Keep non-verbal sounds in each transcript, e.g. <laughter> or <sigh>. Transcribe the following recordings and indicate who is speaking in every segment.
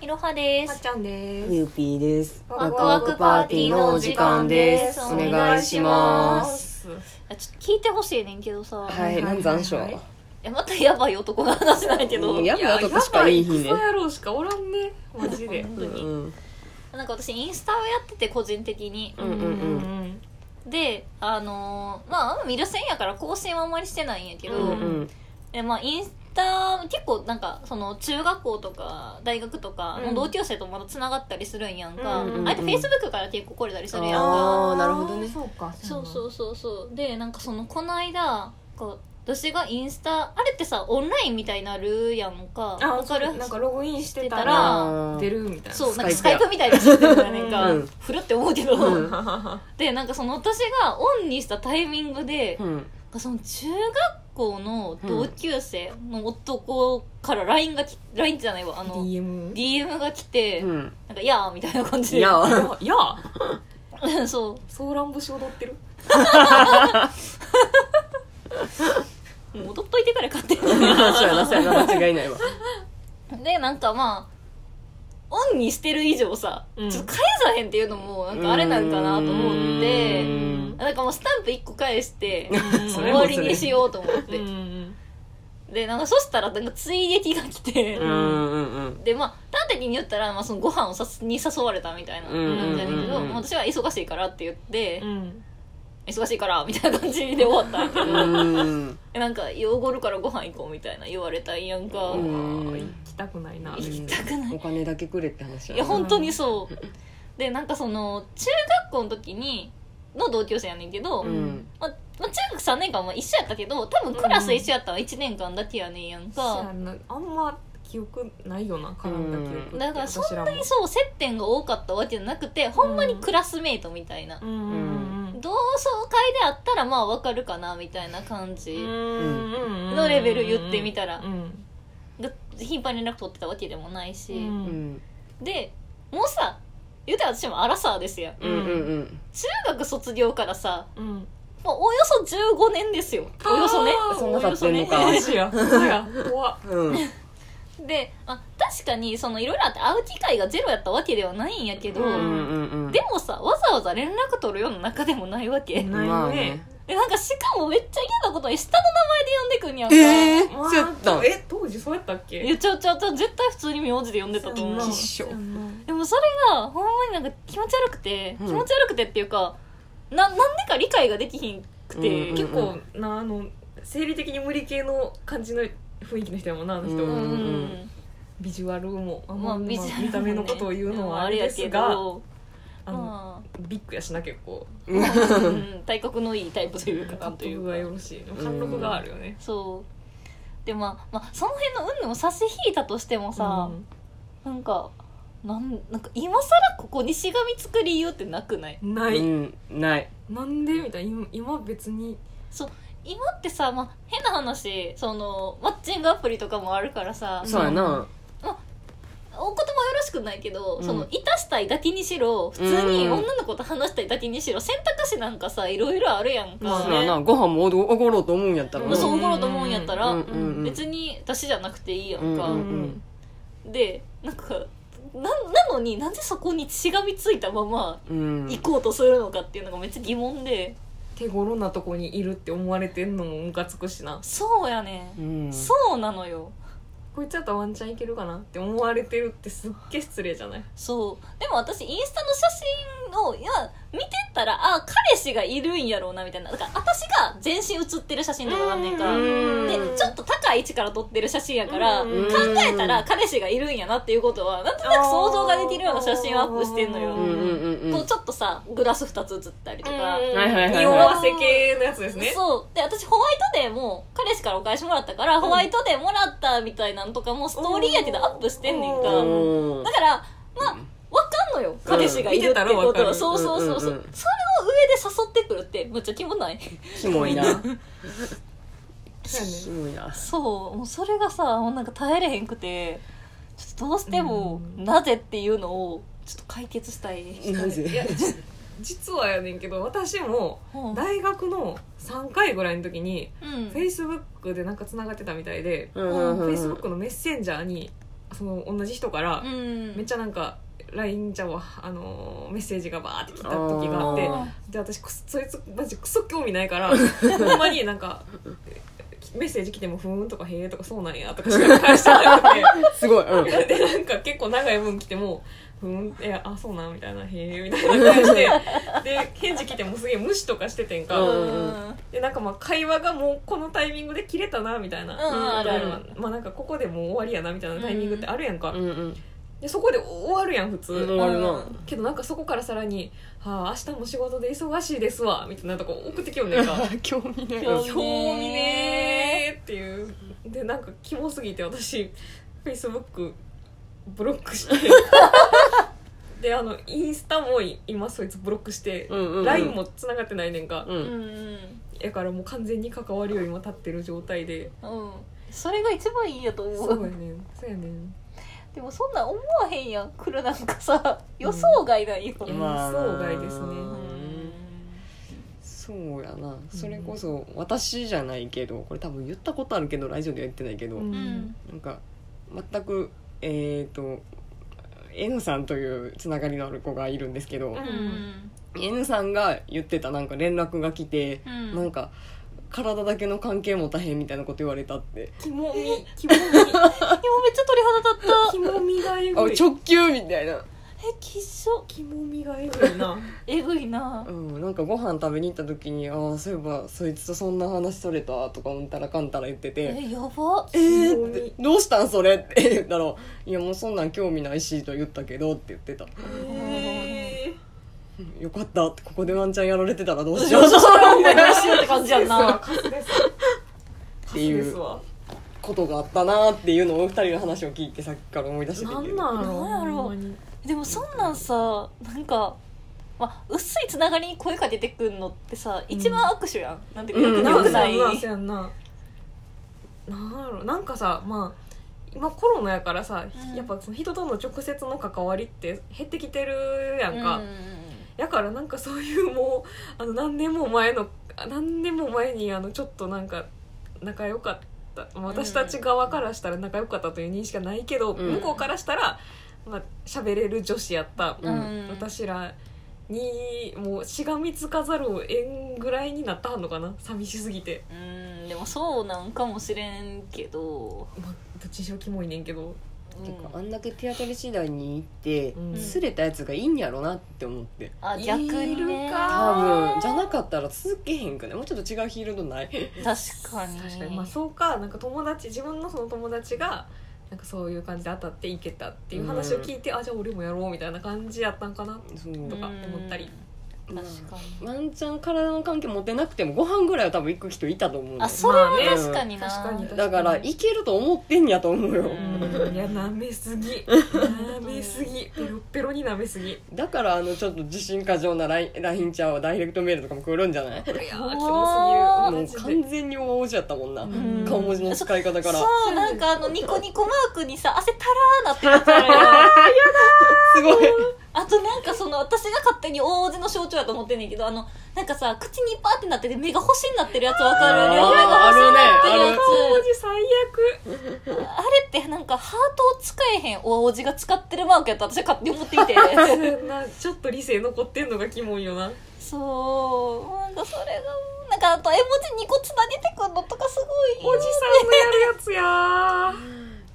Speaker 1: いろはで
Speaker 2: まっ
Speaker 1: す
Speaker 2: ちゃんです。
Speaker 3: ゆうぴーです。
Speaker 2: ワ
Speaker 3: ワ
Speaker 2: ク
Speaker 3: ク
Speaker 2: ワ
Speaker 3: ワ
Speaker 2: ク
Speaker 3: ク
Speaker 2: パー
Speaker 3: パー
Speaker 2: テ
Speaker 3: テ
Speaker 2: ィー
Speaker 3: ィー
Speaker 2: の
Speaker 3: の
Speaker 2: お
Speaker 3: お
Speaker 2: 時
Speaker 3: 時
Speaker 2: 間
Speaker 3: 間
Speaker 2: で
Speaker 3: ですす。
Speaker 2: お
Speaker 3: お
Speaker 2: 願
Speaker 3: 願
Speaker 2: い
Speaker 3: い
Speaker 2: し
Speaker 3: し
Speaker 2: ま
Speaker 3: ますす。
Speaker 1: あちょっと聞いてほしいねんけどさ、
Speaker 3: はいい、なん残暑
Speaker 2: はいはい。
Speaker 1: えまたやばい男の話ないけど、
Speaker 3: うんやばい
Speaker 2: や
Speaker 3: やと確かいい日ね
Speaker 2: やばいクソ野郎しかおらんね。マジで。
Speaker 1: 本
Speaker 3: う
Speaker 1: 当
Speaker 3: ん
Speaker 1: に、なんか私インスタをやってて個人的に
Speaker 3: うんうん
Speaker 2: うん。で、
Speaker 1: であのーまあ見る線やから更新はあんまりしてないんやけど、
Speaker 3: うん
Speaker 2: う
Speaker 3: うん
Speaker 2: うん
Speaker 3: ん
Speaker 1: でまあインスタ結構なんかその中学校とか大学とか
Speaker 2: う
Speaker 1: の
Speaker 2: ん
Speaker 1: 同級生とまだつながったりするんやんか、
Speaker 2: うんうんうん
Speaker 1: あえてフェイスブックから結構来れたりするやんか
Speaker 3: あーなるほどね
Speaker 2: そうか。
Speaker 1: そうそううそうそうでなんかそのこの間こう私がインスタあれってさオンラインみたいになるやんか
Speaker 2: あ、
Speaker 1: わかる
Speaker 2: なんかログインしてたら
Speaker 3: あー
Speaker 2: 出るみたいな。
Speaker 1: そうなんかス
Speaker 3: ス
Speaker 1: カ
Speaker 3: カ
Speaker 1: イ
Speaker 3: イ
Speaker 1: プ
Speaker 3: プ
Speaker 1: みたいなシステムやねんか、
Speaker 3: うん
Speaker 1: ふるって思うけど、
Speaker 3: うん
Speaker 1: でなんかその私がオンにしたタイミングで、
Speaker 3: うん
Speaker 1: その中学校の同級生の男から LINE がき LINE じゃないわあの
Speaker 2: DM。 <laughs>
Speaker 1: DM が来て、
Speaker 3: うん
Speaker 1: なんか「やあ」みたいな感じ
Speaker 3: いや
Speaker 2: いやいや、
Speaker 1: で <laughs> そ
Speaker 2: ソーラン節踊ってる。
Speaker 1: うもう踊っといてくれ勝手に
Speaker 3: そうやなそうやな間違いないわ
Speaker 1: でなんかまあオンにしてる以上さ、
Speaker 2: うん
Speaker 1: ちょっと返さへんっていうのもなんかあれなんかなと思っ
Speaker 3: う
Speaker 1: て
Speaker 3: ん
Speaker 1: なんかもうスタンプ1個返して
Speaker 2: うん
Speaker 3: <laughs> そ
Speaker 1: 終
Speaker 3: れも
Speaker 1: わ
Speaker 3: それ
Speaker 1: りにしようと思って、
Speaker 2: ん。
Speaker 1: でなんかそしたらなんか追撃が来て、
Speaker 3: うんうんうん
Speaker 1: でまあ端的に言ったら、まあ、そのご飯をさすに誘われたみたいな
Speaker 3: うん
Speaker 1: 感じだけど、
Speaker 2: うんうんうん
Speaker 1: まあ私は忙しいからって言って、
Speaker 2: うん。
Speaker 1: 忙しいからみたいな感じで終わったんやけど、
Speaker 3: うん
Speaker 1: なんか「よごるからご飯行こう」みたいな言われたんやんか、
Speaker 3: うん
Speaker 2: 行きたくないな
Speaker 1: 行。きたくない、
Speaker 3: お金だけくれって
Speaker 1: い
Speaker 3: 話
Speaker 1: や
Speaker 3: やな
Speaker 1: 本当にそうでなんかその中学校の時にの同級生やねんけど、
Speaker 3: う
Speaker 2: うん
Speaker 1: まあまあ、中学3年間は一緒やったけど多分クラス一緒やったのは1年間だけやねんやん
Speaker 2: そ
Speaker 1: か、
Speaker 2: うやなあんま記憶ないよな絡んだ記憶って
Speaker 1: だからそんな
Speaker 2: 私らも
Speaker 1: にそう接点が多かったわけじゃなくてほんまにクラスメイトみたいな、
Speaker 2: うんうんうん
Speaker 1: 同窓会であったらまあわかるかなみたいな感じ、
Speaker 2: うん
Speaker 1: のレベル言ってみたら
Speaker 2: うん
Speaker 1: が頻繁に連絡取ってたわけでもないし、
Speaker 2: うん
Speaker 3: うん
Speaker 1: でもうさ言うたら私もアラサーですよ
Speaker 3: うんうん
Speaker 1: 中学卒業からさ
Speaker 2: うん
Speaker 1: もうおよそ15年ですよおよそね
Speaker 2: あー
Speaker 3: そんな経ってんの
Speaker 1: およそ
Speaker 3: か
Speaker 2: マ
Speaker 1: ね
Speaker 2: ジやそうや怖っ
Speaker 3: うんうん
Speaker 1: で、あ、確かにそのいろいろあって会う機会がゼロやったわけではないんやけど、
Speaker 2: うん
Speaker 3: うんうん
Speaker 1: でもさわざわざ連絡取るような仲でもないわけ、
Speaker 2: うん
Speaker 3: まあね
Speaker 1: でなんかしかもめっちゃ嫌なことに下の名前で呼んでくんやんか、
Speaker 3: ええ
Speaker 2: まあ
Speaker 3: そうやったん
Speaker 2: え当時そうやったっ
Speaker 1: いや
Speaker 2: け
Speaker 1: ちょちょちょ絶対普通に名字で呼んでたと思う
Speaker 3: きっ
Speaker 2: そ
Speaker 3: しょ
Speaker 1: でもそれがほんまになんか気持ち悪くて、
Speaker 3: うん
Speaker 1: 気持ち悪くてっていうかななんでか理解ができひんくて、
Speaker 3: うん
Speaker 2: 結構なあの生理的に無理系の感じの雰囲気の人やもんなあの人
Speaker 3: うんうん
Speaker 2: ビジュアルもあん
Speaker 1: ま
Speaker 2: ま
Speaker 1: あ
Speaker 2: 見
Speaker 1: ビジュアルもね
Speaker 2: た目のことを言うのはあれです
Speaker 1: あれや
Speaker 2: が
Speaker 1: け
Speaker 2: あの
Speaker 1: ど
Speaker 2: ビッグやしな結構
Speaker 1: まあ、うん体格のいいタイプというかな
Speaker 2: 監
Speaker 1: んとい
Speaker 2: 督
Speaker 1: う
Speaker 2: が
Speaker 1: か
Speaker 2: よろしい貫禄があるよね
Speaker 1: そうでまあ、まあ、その辺の云々を差し引いたとしてもさ、なんかなんなんか今更ここにしがみつく理由ってなくない
Speaker 2: うんな
Speaker 3: う
Speaker 2: い
Speaker 3: んない
Speaker 2: なんでみたいな今今別に
Speaker 1: 今ってさ、まあ、変な話そのマッチングアプリとかもあるからさ
Speaker 3: そうやな
Speaker 1: お言葉よろしくないけど、
Speaker 3: うん
Speaker 1: そのいたしたいだけにしろ普通に
Speaker 3: うん
Speaker 1: 女の子と話したいだけにしろ選択肢なんかさいろいろあるやんか、
Speaker 2: まあ
Speaker 3: そう
Speaker 2: ね
Speaker 3: やなご飯もおごおごろうと思うんやったら
Speaker 2: ん
Speaker 3: な
Speaker 1: そう怒ろうと思うんやったら、
Speaker 3: うんうんうん
Speaker 1: 別に私じゃなくていいやんか、
Speaker 3: うんうん
Speaker 1: でなんかななのになんでそこにしがみついたまま
Speaker 3: うん
Speaker 1: 行こうとするのかっていうのがめっちゃ疑問で
Speaker 2: 手頃なとこにいるって思われてんのもムカつくしな
Speaker 1: そうやね、
Speaker 3: うんん
Speaker 1: そうなのよ
Speaker 2: こいつだったらワンチャンいけるかなって思われてるってすっげえ失礼じゃない
Speaker 1: そうでも私インスタの写真をいや見てったらあ彼氏がいるんやろうなみたいなだから私が全身写ってる写真とかなんねんから
Speaker 3: う
Speaker 1: で
Speaker 3: ん
Speaker 1: ちょっと高い位置から撮ってる写真やから
Speaker 2: う
Speaker 1: 考
Speaker 2: ん
Speaker 1: えたら彼氏がいるんやなっていうことはなんとなく想像ができるような写真をアップしてんの
Speaker 3: うんう
Speaker 1: よ
Speaker 3: んうんう
Speaker 1: こ
Speaker 3: ん
Speaker 1: うちょっとさグラス2つ写ったりとか
Speaker 3: んはいはいはいはい
Speaker 2: 匂わせ系のやつですね
Speaker 1: そうで私ホワイトデーも彼氏からお返しもらったからホワイトデーもらったみたいなんとかもストーリーやけどアップしてんねんか
Speaker 2: うん
Speaker 3: お
Speaker 1: だ
Speaker 3: ー
Speaker 1: からまあわかんのよ彼氏がいるってこ
Speaker 2: 見てた
Speaker 1: と
Speaker 2: らわか
Speaker 1: は
Speaker 2: る
Speaker 1: そうそうそうそう,、
Speaker 3: うんうんうん
Speaker 1: それを上で誘ってくるってむっちゃキモない
Speaker 3: キモいな
Speaker 2: そうやね
Speaker 3: キモいな
Speaker 1: そうもうそれがさもうなんか耐えれへんくてちょっとどうしても
Speaker 2: うん
Speaker 1: なぜっていうのをちょっと解決したい、
Speaker 3: なぜ
Speaker 2: いやじ実はやねんけど私も
Speaker 1: うん
Speaker 2: 大学の3回ぐらいの時に
Speaker 1: うん
Speaker 2: フェイスブックでなんかつながってたみたいで
Speaker 3: フ
Speaker 2: フェイスブッ
Speaker 3: ク
Speaker 2: クのメッセンジャーにその同じ人から
Speaker 1: うん
Speaker 2: めっち
Speaker 1: ゃ
Speaker 2: ゃなんか LINE じゃわ、あのーメッセージがバーって来た時があって
Speaker 1: あ
Speaker 2: で私くすそいつマジクソ興味ないからほんまになんかメッセージ来ても「ふーん」とか「へえ」とか「そうなんや」とかしか返してなくて。
Speaker 3: すごい、うん。
Speaker 2: でなんか結構長い分来ても「ふーんえあそうなん」みたいな「へえ」みたいな感じでで返事来てもすげえ無視とかしててんか、
Speaker 3: うん
Speaker 2: でなんかまあ会話がもうこのタイミングで切れたなみたいな、
Speaker 1: うん
Speaker 2: こと
Speaker 1: ある
Speaker 3: ある
Speaker 2: わまあなんかここでもう終わりやなみたいなタイミングってあるやんか、
Speaker 3: うんうん。
Speaker 2: でそこで終わるやん普通、
Speaker 3: 終わるな。
Speaker 2: けどなんかそこからさらに「はあ明日も仕事で忙しいですわ」みたいなとこ送ってき
Speaker 3: <laughs>
Speaker 2: よんねんか
Speaker 3: 興味ない。
Speaker 1: 興味
Speaker 2: 興味ねーっていうでなんかキモすぎて私フェイスブックブロック
Speaker 3: <laughs>
Speaker 2: してであのインスタも今そいつブロックして、
Speaker 3: うんうんうん
Speaker 2: LINE もつながってないねんか、
Speaker 3: うん
Speaker 1: うんうん
Speaker 2: だからもう完全に関わりを今立ってる状態で
Speaker 1: うんそれが一番いいやと思
Speaker 2: そうや
Speaker 1: う
Speaker 2: ねんそうやねん
Speaker 1: でもそんなん思わへんやん来るなんかさ予想外なんよ、
Speaker 2: う
Speaker 1: うん
Speaker 2: んそう外ですね
Speaker 3: そうやなそれこそ私じゃないけどこれ多分言ったことあるけどラジオでは言ってないけど、
Speaker 2: うん
Speaker 1: うん
Speaker 3: なんか全くえっ、と N さんというつながりのある子がいるんですけど、
Speaker 2: うん
Speaker 1: うん、
Speaker 3: N さんが言ってたなんか連絡が来て、
Speaker 1: うん
Speaker 3: なんか体だけの関係も大変みたいなこと言われたって、
Speaker 2: キモみキモ
Speaker 1: 今めっち
Speaker 2: み
Speaker 1: ゃ鳥肌立った
Speaker 2: キモみがえぐ
Speaker 3: あ
Speaker 2: い
Speaker 3: 直球みたいな、
Speaker 1: えきっしょ
Speaker 2: キモみがえぐいな
Speaker 1: えぐいな
Speaker 3: うん、なんかご飯食べに行った時にああそういえばそいつとそんな話されたとかうんたらかんたら言ってて、
Speaker 1: えやば
Speaker 3: えーってどうしたんそれって言ったら「いやもうそんなん興味ないし」と言ったけどって言ってた
Speaker 2: えー
Speaker 3: 「よかった」ってここでワンチャンやられてたらどうしようっ
Speaker 1: しようって感じやんな
Speaker 2: カスですカス
Speaker 3: てい
Speaker 2: で
Speaker 3: う
Speaker 2: すわ
Speaker 3: ことがあったなっていうのを二人の話を聞いてさっきから思い出してた
Speaker 2: な
Speaker 3: け
Speaker 2: ん
Speaker 3: ど
Speaker 2: なんやろ
Speaker 1: なんやろ
Speaker 2: ほんまに
Speaker 1: でもそんなんさなんか、まあ、薄いつながりに声かけてくんのってさ一番握手やん、なんていう
Speaker 3: うん
Speaker 1: かよく
Speaker 2: な
Speaker 1: なんい、
Speaker 2: やろなそうやんななんやろなんかさまあ今コロナやからさ、
Speaker 1: うん
Speaker 2: やっぱその人との直接の関わりって減ってきてるやんか、やからなんかそういうもうあの何年も前のあ何年も前にあのちょっとなんか仲良かった私たち側からしたら仲良かったという認識がないけど、
Speaker 3: うん
Speaker 2: 向こうからしたら、まあ喋れる女子やった、
Speaker 3: うん
Speaker 2: 私らにもうしがみつかざるをえんぐらいになったのかな寂しすぎて、
Speaker 1: うんでもそうなんかもしれんけど、
Speaker 2: まあ、どっちにしろキモいねんけど、
Speaker 1: うん
Speaker 3: てかあんだけ手当たり次第に行って、
Speaker 2: うん
Speaker 3: 擦れたやつがいいんやろなって思って
Speaker 1: あ逆にね
Speaker 2: いる
Speaker 3: 多
Speaker 2: か
Speaker 3: 分じゃなかったら続けへんくないもうちょっと違うヒールドない <laughs>
Speaker 1: 確かに
Speaker 2: 確かにまあ、そうかなんか友達自分のその友達がなんかそういう感じで当たっていけたっていう話を聞いて、あじゃあ俺もやろうみたいな感じやったんかな
Speaker 3: そう
Speaker 2: とか思ったり
Speaker 1: うん確かに
Speaker 3: ワンチャン体の関係持てなくてもご飯ぐらいは多分行く人いたと思うの
Speaker 1: あそれは
Speaker 2: まあね
Speaker 1: 確かにな、
Speaker 2: 確かに
Speaker 3: だからいけると思ってんやと思うよ、
Speaker 1: うん
Speaker 2: いや舐めすぎ舐めすぎペロッペロに舐めすぎい
Speaker 3: だからあのちょっと自信過剰なライン LINE ちゃうダイレクトメールとかも来るんじゃない
Speaker 2: や
Speaker 1: うわ
Speaker 2: ー
Speaker 1: ー
Speaker 2: キモ
Speaker 3: もう
Speaker 2: すぎる
Speaker 3: 完全に大文字やったもんな、
Speaker 2: うん
Speaker 3: 顔文字の使い方から
Speaker 1: そうなんかあのニコニコマークにさ汗たらーなってやつあるやん
Speaker 3: <laughs> すごい
Speaker 1: あとなんかその私が勝手に大字の象徴やと思ってんねんけどあのなんかさ口にパーってなってて目が星になってるやつわかる両目が
Speaker 3: あ
Speaker 1: 星になって
Speaker 3: あ
Speaker 1: る
Speaker 3: る
Speaker 1: や
Speaker 3: ね
Speaker 2: 顔文
Speaker 1: つ
Speaker 2: 字最悪
Speaker 1: あれってなんかハートを使えへん大字が使ってるマークやと私は勝手に思っていて
Speaker 2: そ <laughs> んなちょっと理性残ってんのがキモいよな
Speaker 1: そうなんかそれがなんかあと絵文字2個つなげてくんのとかすごい
Speaker 2: おじさんのやるやつや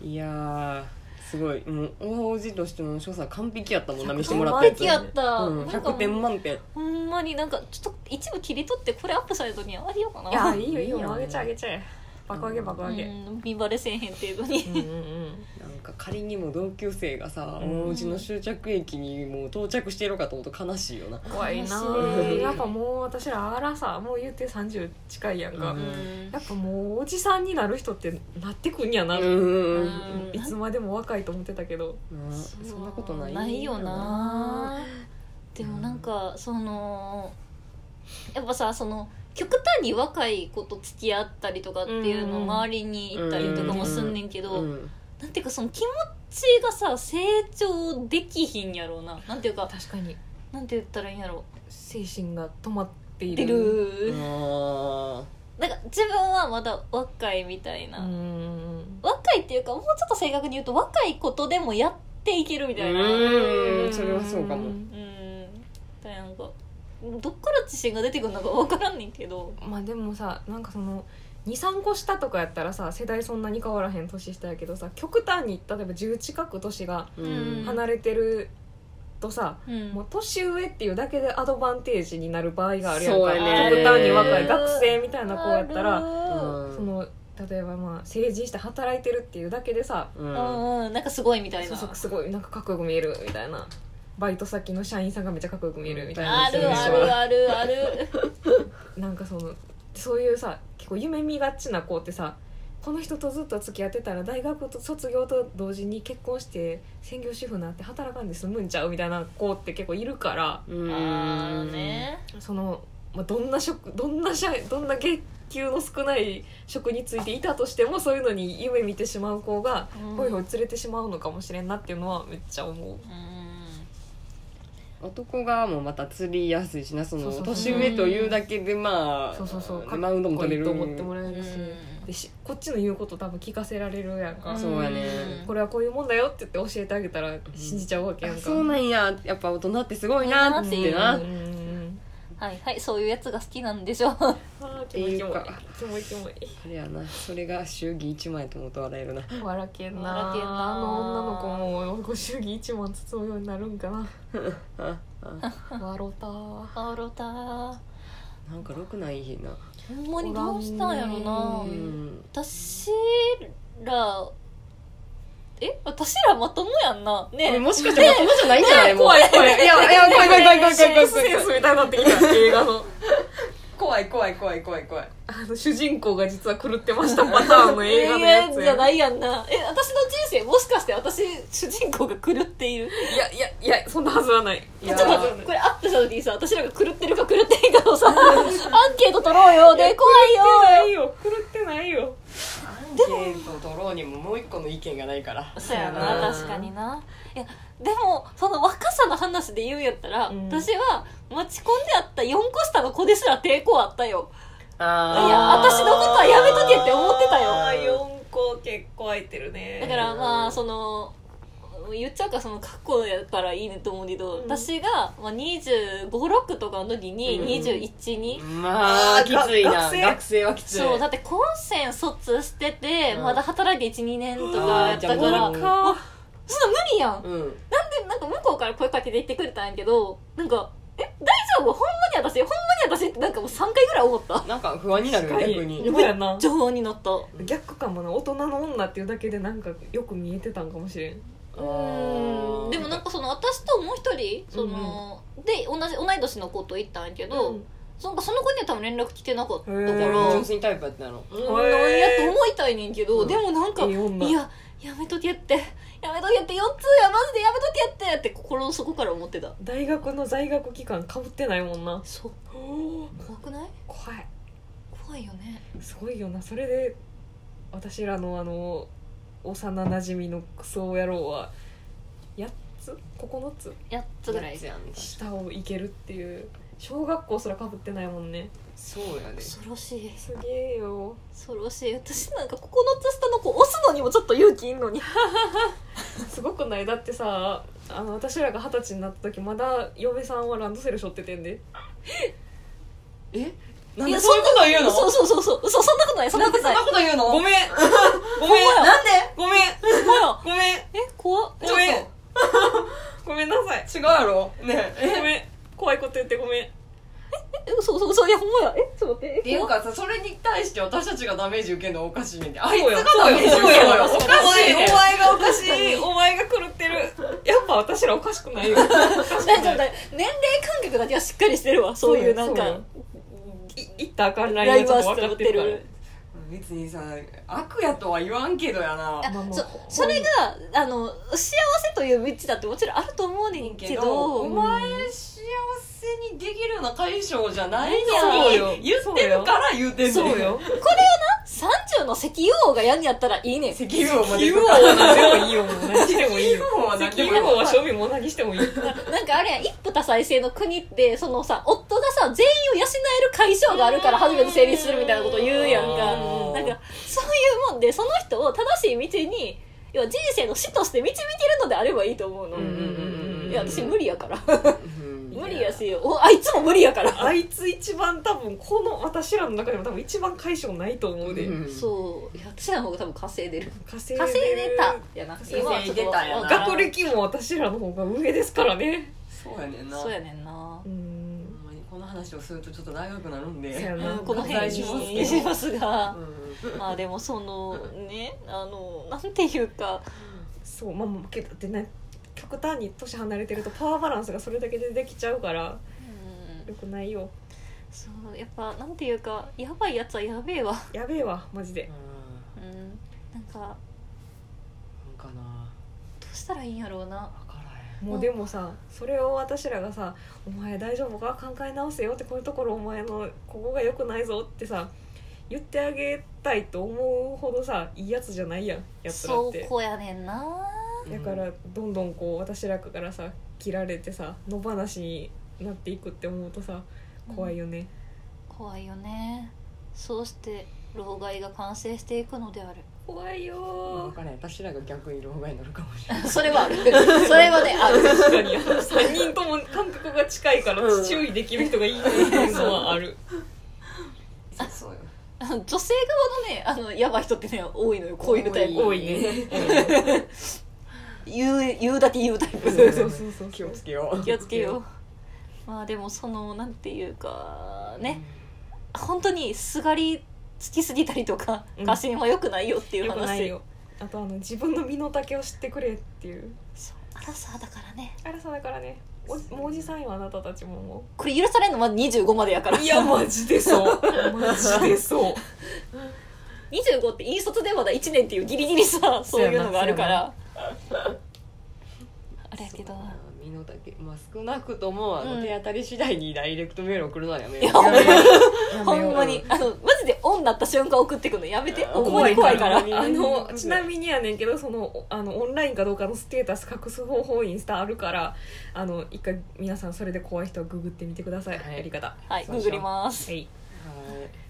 Speaker 3: いやーすごいもう大文字としての所作完璧やったもんな見してもらった
Speaker 1: 完
Speaker 3: やつ
Speaker 1: 璧やった、
Speaker 3: うん、
Speaker 1: なんか
Speaker 3: 100点
Speaker 1: もう
Speaker 3: 満点
Speaker 1: ほんまになんかちょっと一部切り取ってこれアップされたにはありようかない
Speaker 2: <laughs> やいいよいい
Speaker 3: いいよ
Speaker 2: よあげちゃあげちゃえ爆上げ爆上げ
Speaker 1: うん見バレせえへん程度に、
Speaker 2: うんうん
Speaker 3: なんか仮にも同級生がさ
Speaker 2: うん
Speaker 3: 大文字の終着駅にもう到着してるかと思うと悲しいよな
Speaker 2: 怖いな
Speaker 1: 悲
Speaker 3: しい
Speaker 2: やっぱもう私らあらさもう言って30近いやんか、
Speaker 3: うん
Speaker 2: やっぱもうおじさんになる人ってなってくんやな、
Speaker 3: うんうんうん
Speaker 1: うん
Speaker 2: いつまでも若いと思ってたけど
Speaker 3: なそんなことない
Speaker 1: よなでもなんかそのやっぱさその極端に若い子と付き合ったりとかっていうのを
Speaker 2: うんうん
Speaker 1: 周りに行ったりとかもすんねんけど、
Speaker 3: うん
Speaker 1: なんていうかその気持ちがさ成長できひんやろうななんていうか
Speaker 2: 確かに
Speaker 1: なんて言ったらいいんやろ
Speaker 2: 精神が止まってい
Speaker 1: 出
Speaker 2: る
Speaker 1: る、
Speaker 3: あー
Speaker 1: なんか自分はまだ若いみたいな、
Speaker 2: うん
Speaker 1: 若いっていうかもうちょっと正確に言うと若いことでもやっていけるみたいな
Speaker 3: うんそれはそうか
Speaker 1: う
Speaker 3: も
Speaker 1: んだからなんかどっから自信が出てくるのか分からんねんけど
Speaker 2: まあでもさなんかその23個下とかやったらさ世代そんなに変わらへん年下やけどさ極端に例えば10近く年が
Speaker 3: うん
Speaker 2: 離れてるとさ、
Speaker 1: うん
Speaker 2: もう年上っていうだけでアドバンテージになる場合があるやん
Speaker 3: そ
Speaker 2: か
Speaker 3: うやね
Speaker 2: 極端に若い学生みたいな子やった
Speaker 1: ある
Speaker 2: らその例えばまあ成人して働いてるっていうだけでさ
Speaker 3: うん
Speaker 1: うんうんなんかすごいみたい
Speaker 2: そ
Speaker 1: な
Speaker 2: うそうすごいなんかかっこよく見えるみたいなバイト先の社員さんがめっちゃかっこよく見えるみたいな
Speaker 1: あ
Speaker 2: そういう
Speaker 1: る
Speaker 2: 人
Speaker 1: あ
Speaker 2: は
Speaker 1: るあるある
Speaker 2: なんかそのそういうさ結構夢見がちな子ってさこの人とずっと付き合ってたら大学と卒業と同時に結婚して専業主婦になって働かんで済むんちゃうみたいな子って結構いるから
Speaker 3: うん
Speaker 1: あーね
Speaker 2: その、まあ、どんな職どんな社どんな月給の少ない職についていたとしてもそういうのに夢見てしまう子が
Speaker 1: うん
Speaker 2: 恋を連れてしまうのかもしれんなっていうのはめっちゃ思う。
Speaker 1: う
Speaker 3: 男側もまた釣りやすいしなその
Speaker 2: そうそうそう
Speaker 3: 年上というだけでまあ
Speaker 2: そうそうそう、
Speaker 3: マウンドも取れる
Speaker 2: かっこいいと思ってもらえるし、
Speaker 1: うん
Speaker 2: でしこっちの言うこと多分聞かせられるやんか、
Speaker 1: ん
Speaker 3: そうやね
Speaker 1: ん
Speaker 2: これはこういうもんだよって言って教えてあげたら信じちゃうわけや
Speaker 3: あ
Speaker 2: んか、
Speaker 3: そうなんややっぱ大人ってすごいなってな
Speaker 2: うん
Speaker 3: っ
Speaker 2: うんうん
Speaker 1: はいはいそういうやつが好きなんでしょう
Speaker 2: あーキモいキモい
Speaker 3: っていうか
Speaker 2: キモいキモい
Speaker 3: あれやなそれが祝儀1枚と思うと笑えるな
Speaker 2: 笑けんな
Speaker 1: 笑けんな
Speaker 2: あの女の子もご祝儀一万包むようになるんかな
Speaker 3: ああ
Speaker 2: 笑うたー
Speaker 1: あろたー
Speaker 3: なんかろくない日な
Speaker 1: ほんまにどうしたんやろな
Speaker 2: う
Speaker 3: うんん
Speaker 1: 私らえ私らまともやんな
Speaker 3: これ
Speaker 1: ね
Speaker 3: もしかしてまともじゃないんじゃないもう
Speaker 1: 怖い
Speaker 3: これいやいや怖い怖い怖い怖い怖い怖い
Speaker 2: センスみたいになってきた映画の
Speaker 3: 怖い怖い怖い怖い怖い
Speaker 2: あの主人公が実は狂ってましたパターンの映画のやつ
Speaker 1: じゃ
Speaker 2: や
Speaker 1: ないやんなえ私の人生もしかして私主人公が狂っている
Speaker 2: いやいやいやそんなはずはない
Speaker 1: ち
Speaker 3: い
Speaker 1: ょ
Speaker 3: や
Speaker 1: っと待ってこれアップした時にさ私らが狂ってるか狂ってへんかをさアンケート取ろうよで怖いよ
Speaker 2: よ狂ってないよ
Speaker 3: アンケート取ろうにももう一個の意見がないから
Speaker 1: そうや
Speaker 2: うん
Speaker 1: な確かにないやでもその若さの話で言うんやったら、
Speaker 2: うん
Speaker 1: 私は待ち込んであった4個下の子ですら抵抗あったよ
Speaker 3: あー
Speaker 1: いや私のことはやめとけって思ってたよ
Speaker 2: あー四個結構空いてるね
Speaker 1: だからまあその言っちゃうかその過去やからいいねと思うけど、
Speaker 2: うん
Speaker 1: 私がまあ256とかの時に
Speaker 3: うん
Speaker 1: 212、に
Speaker 3: まあきついな
Speaker 2: 学
Speaker 3: 学
Speaker 2: 生
Speaker 3: 生はきつい
Speaker 1: そうだってコンセン卒してて、
Speaker 3: うん
Speaker 1: まだ働いて12年とかやったか
Speaker 3: あーじゃ
Speaker 1: らそ
Speaker 3: あも
Speaker 1: ん
Speaker 3: う
Speaker 1: な無理やん
Speaker 3: うん
Speaker 1: でなんか向こうから声かけて言ってくれたんやけどなんか「え大丈夫ほんまに私ほんまに私」ってなんかもう3回ぐらい思った
Speaker 3: なんか不安になるよ逆に
Speaker 2: そうやな
Speaker 1: 情報になったう
Speaker 2: 逆かもな大人の女っていうだけでなんかよく見えてたんかもしれん
Speaker 1: ーんでもなんかその私ともう一人その、で同じ同い年の子と行ったんやけど、
Speaker 2: うん
Speaker 1: そのその子には多分連絡来てなかったから
Speaker 2: へ
Speaker 1: う
Speaker 2: ー
Speaker 1: ん
Speaker 3: 純粋にタイプやった
Speaker 1: なん
Speaker 3: の
Speaker 1: やと思いたいねんけど、
Speaker 3: うん
Speaker 1: でもなんか「
Speaker 2: いい女
Speaker 1: いややめとけ」って「やめとけ」って「4つやマジでやめとけ」ってって心の底から思ってた
Speaker 2: 大学の在学期間かぶってないもんな
Speaker 1: そう怖くない
Speaker 2: 怖い
Speaker 1: 怖いよね
Speaker 2: すごいよなそれで私らのあの幼馴染のクソ野郎は8つ9つ
Speaker 1: 8つぐらい
Speaker 3: やん
Speaker 2: 下をいけるっていう小学校すらかぶってないもんね
Speaker 3: そうやです
Speaker 1: 恐ろしい
Speaker 2: すげえよ
Speaker 1: 恐ろしい私なんか9つ下の子押すのにもちょっと勇気いんのに
Speaker 2: すごくないだってさあの私らが二十歳になった時まだ嫁さんはランドセル背負っててんで
Speaker 3: えないん
Speaker 1: や
Speaker 3: でそういうこと言うの
Speaker 1: そうそうそうそうそうそんなことないそんなことない
Speaker 3: んなこと言うのごめんごめん
Speaker 1: なんで
Speaker 3: ごめん
Speaker 1: ほら
Speaker 3: ごめん
Speaker 1: え怖っ
Speaker 3: ごめん
Speaker 1: ちょっ
Speaker 2: ごめんなさい
Speaker 3: 違うやろね
Speaker 2: ごめん怖いこと言ってごめん
Speaker 1: とえそうそうそういやほんまやえちょっと待って
Speaker 3: って
Speaker 1: え
Speaker 3: いう
Speaker 1: 怖っ
Speaker 3: かさそれに対して私たちがダメージ受けるのはおかしいねんてあいつ
Speaker 2: そうよ
Speaker 3: がダメージ受けるのがお
Speaker 2: そうよ
Speaker 3: かしいねん
Speaker 2: お前がおかしいお前が狂ってるやっぱ私らおかしくないよ
Speaker 1: 大丈夫だ年齢感覚だけはしっかりしてるわそういうなん
Speaker 2: そうよ
Speaker 1: か
Speaker 2: い行ったらあかんラ
Speaker 1: ラ
Speaker 2: イ
Speaker 1: イ
Speaker 2: ンが
Speaker 1: バ
Speaker 2: ちょっ
Speaker 1: ーし
Speaker 2: と
Speaker 1: とっ
Speaker 2: 分かってる
Speaker 1: て
Speaker 2: から
Speaker 1: る
Speaker 3: 別にさ悪やとは言わんけどやな
Speaker 1: あ
Speaker 2: まあまあ
Speaker 1: そそれがあの幸せという道だってもちろんあると思うねんけど
Speaker 3: お前幸せにできるような対象じゃない
Speaker 1: そう
Speaker 3: の
Speaker 2: よ
Speaker 3: に言ってるから言うてんねん
Speaker 2: そうよ
Speaker 1: 30の石油王がやんやったらいいねん
Speaker 3: 石油王まで
Speaker 2: 言おうもでもいいよもう何してもいいよ
Speaker 3: 石油王
Speaker 2: は何でも
Speaker 1: 石油
Speaker 2: 日本は庶民も何してもいい
Speaker 1: なんかあれやん一夫多妻制の国ってそのさ夫がさ全員を養える解消があるから初めて成立するみたいなこと言うやんか
Speaker 2: う
Speaker 1: なんかそういうもんでその人を正しい道に要は人生の師として導けるのであればいいと思うの、
Speaker 3: うんうんうんうん
Speaker 1: いや私無理やから
Speaker 3: うん
Speaker 1: 無理やしおあいつも無理やから
Speaker 2: <laughs> あいつ一番多分この私らの中でも多分一番解消ないと思うで、
Speaker 3: うん
Speaker 1: そういや私らの方が多分稼いでる
Speaker 2: 稼
Speaker 1: 稼いでたやな
Speaker 2: 稼いで
Speaker 1: 今はちょっと
Speaker 4: たやな
Speaker 2: 学歴も私らの方が上ですからね
Speaker 4: そうやねんな
Speaker 1: そうやねんな
Speaker 2: う、
Speaker 4: ほ
Speaker 2: ん
Speaker 4: んまにこの話をするとちょっと長くなるん
Speaker 2: そう
Speaker 4: で
Speaker 2: や
Speaker 1: う、
Speaker 2: なん
Speaker 1: この辺にしますが
Speaker 4: うん
Speaker 1: まあでもそのねあのなんていうか
Speaker 2: そうまあまあけどでね極端に年離れてるとパワーバランスがそれだけでできちゃうから
Speaker 1: うん
Speaker 2: よくないよ
Speaker 1: そうやっぱなんていうかやばいやつはやべえわ
Speaker 2: やべえわマジで
Speaker 4: うん
Speaker 1: うんなんか
Speaker 4: なんかな
Speaker 1: どうしたらいいんやろうな
Speaker 4: 分からへん
Speaker 2: もうでもさそれを私らがさ「お前大丈夫か考え直せよ」ってこういうところお前のここが良くないぞってさ言ってあげたいと思うほどさいいやつじゃないやんやつら
Speaker 1: そ
Speaker 2: っ
Speaker 1: う
Speaker 2: て
Speaker 1: こやねんな
Speaker 2: だからどんどんこう私らからさ切られてさ野放しになっていくって思うとさ怖いよね、
Speaker 1: 怖いよねそうして老害が完成していくのである
Speaker 2: 怖い
Speaker 3: 分
Speaker 2: よ
Speaker 3: からん私らが逆に老害になるかもしれない
Speaker 1: それはあるそれはねある
Speaker 2: 確かに3人とも感覚が近いから
Speaker 4: うん
Speaker 2: 注意できる人がいいっていうのはある
Speaker 4: そうそうよ
Speaker 1: あの女性側のねあのやばい人ってね多いのよこういうタイプ
Speaker 2: 多いね
Speaker 1: <laughs> 言う言うだけ言うタイプ
Speaker 2: そうそうそうそう
Speaker 3: 気をつけよう
Speaker 1: 気をつけようまあでもそのなんていうかね本当にすがりつきすぎたりとか
Speaker 2: うん
Speaker 1: 過信はよくないよっていう
Speaker 2: よくない
Speaker 1: 話、
Speaker 2: よあとあの自分の身の丈を知ってくれっていう
Speaker 1: そうアラサーだからね
Speaker 2: あらさだからねおもうおじさんよあなたたちもも
Speaker 1: これ許されるのは25までやから
Speaker 2: ういやマジでそう <laughs> マジでそう
Speaker 1: 25って引率でまだ1年っていうギリギリさそういうのがあるからあれやけど
Speaker 3: そうだな身の丈まあ少なくともあの、
Speaker 1: うん
Speaker 3: 手当たり次第にダイレクトメール送るのはやめよう
Speaker 1: いやほんまに
Speaker 2: め
Speaker 1: ほ
Speaker 2: ようん
Speaker 1: まにあのマジでオンなった瞬間送ってくのやめて
Speaker 3: あ
Speaker 1: ほんまに怖いから
Speaker 3: 怖い
Speaker 2: あのちなみにやねんけどそのおあのオンラインかどうかのステータス隠す方法インスタあるからあの一回皆さんそれで怖い人はググってみてください、
Speaker 3: はい
Speaker 2: やり方は
Speaker 1: はいググります
Speaker 2: い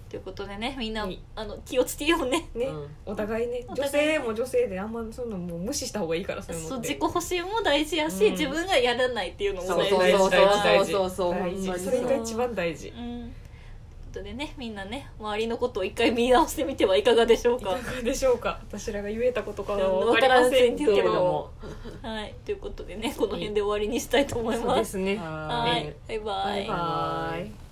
Speaker 1: ということでねみんな
Speaker 2: はい
Speaker 1: あの気をつけようね
Speaker 2: ね、
Speaker 3: うん
Speaker 2: お互いね
Speaker 1: お
Speaker 2: 女
Speaker 1: 互いね
Speaker 2: 性も女性であんまそういうのもう無視した方がいいからそういう
Speaker 1: そ
Speaker 2: の
Speaker 1: う
Speaker 2: って
Speaker 1: 自己保身も大事やし、
Speaker 2: うん
Speaker 1: 自分がやらないっていうのも
Speaker 3: そう
Speaker 1: 大事
Speaker 3: そう
Speaker 1: だし
Speaker 3: そう
Speaker 2: 大事
Speaker 3: そうそうそう
Speaker 2: 大
Speaker 3: ほん
Speaker 2: 事
Speaker 3: まに
Speaker 2: そ
Speaker 3: そう
Speaker 2: れが一番大事
Speaker 1: うんということでねみんなね周りのことを一回見直してみてはいかがでしょう
Speaker 2: いか
Speaker 1: か。
Speaker 2: がでしょうか私らが言えたことかは
Speaker 1: うん
Speaker 2: 分かりませんけ
Speaker 1: わから
Speaker 3: けれ
Speaker 1: ん
Speaker 2: ど
Speaker 3: ども
Speaker 1: はい、ということでねこの辺で終わりにしたいと思い
Speaker 2: そう
Speaker 1: ま。
Speaker 2: ですすね
Speaker 1: は
Speaker 3: はい
Speaker 1: い、バイバイ。
Speaker 2: バイバイ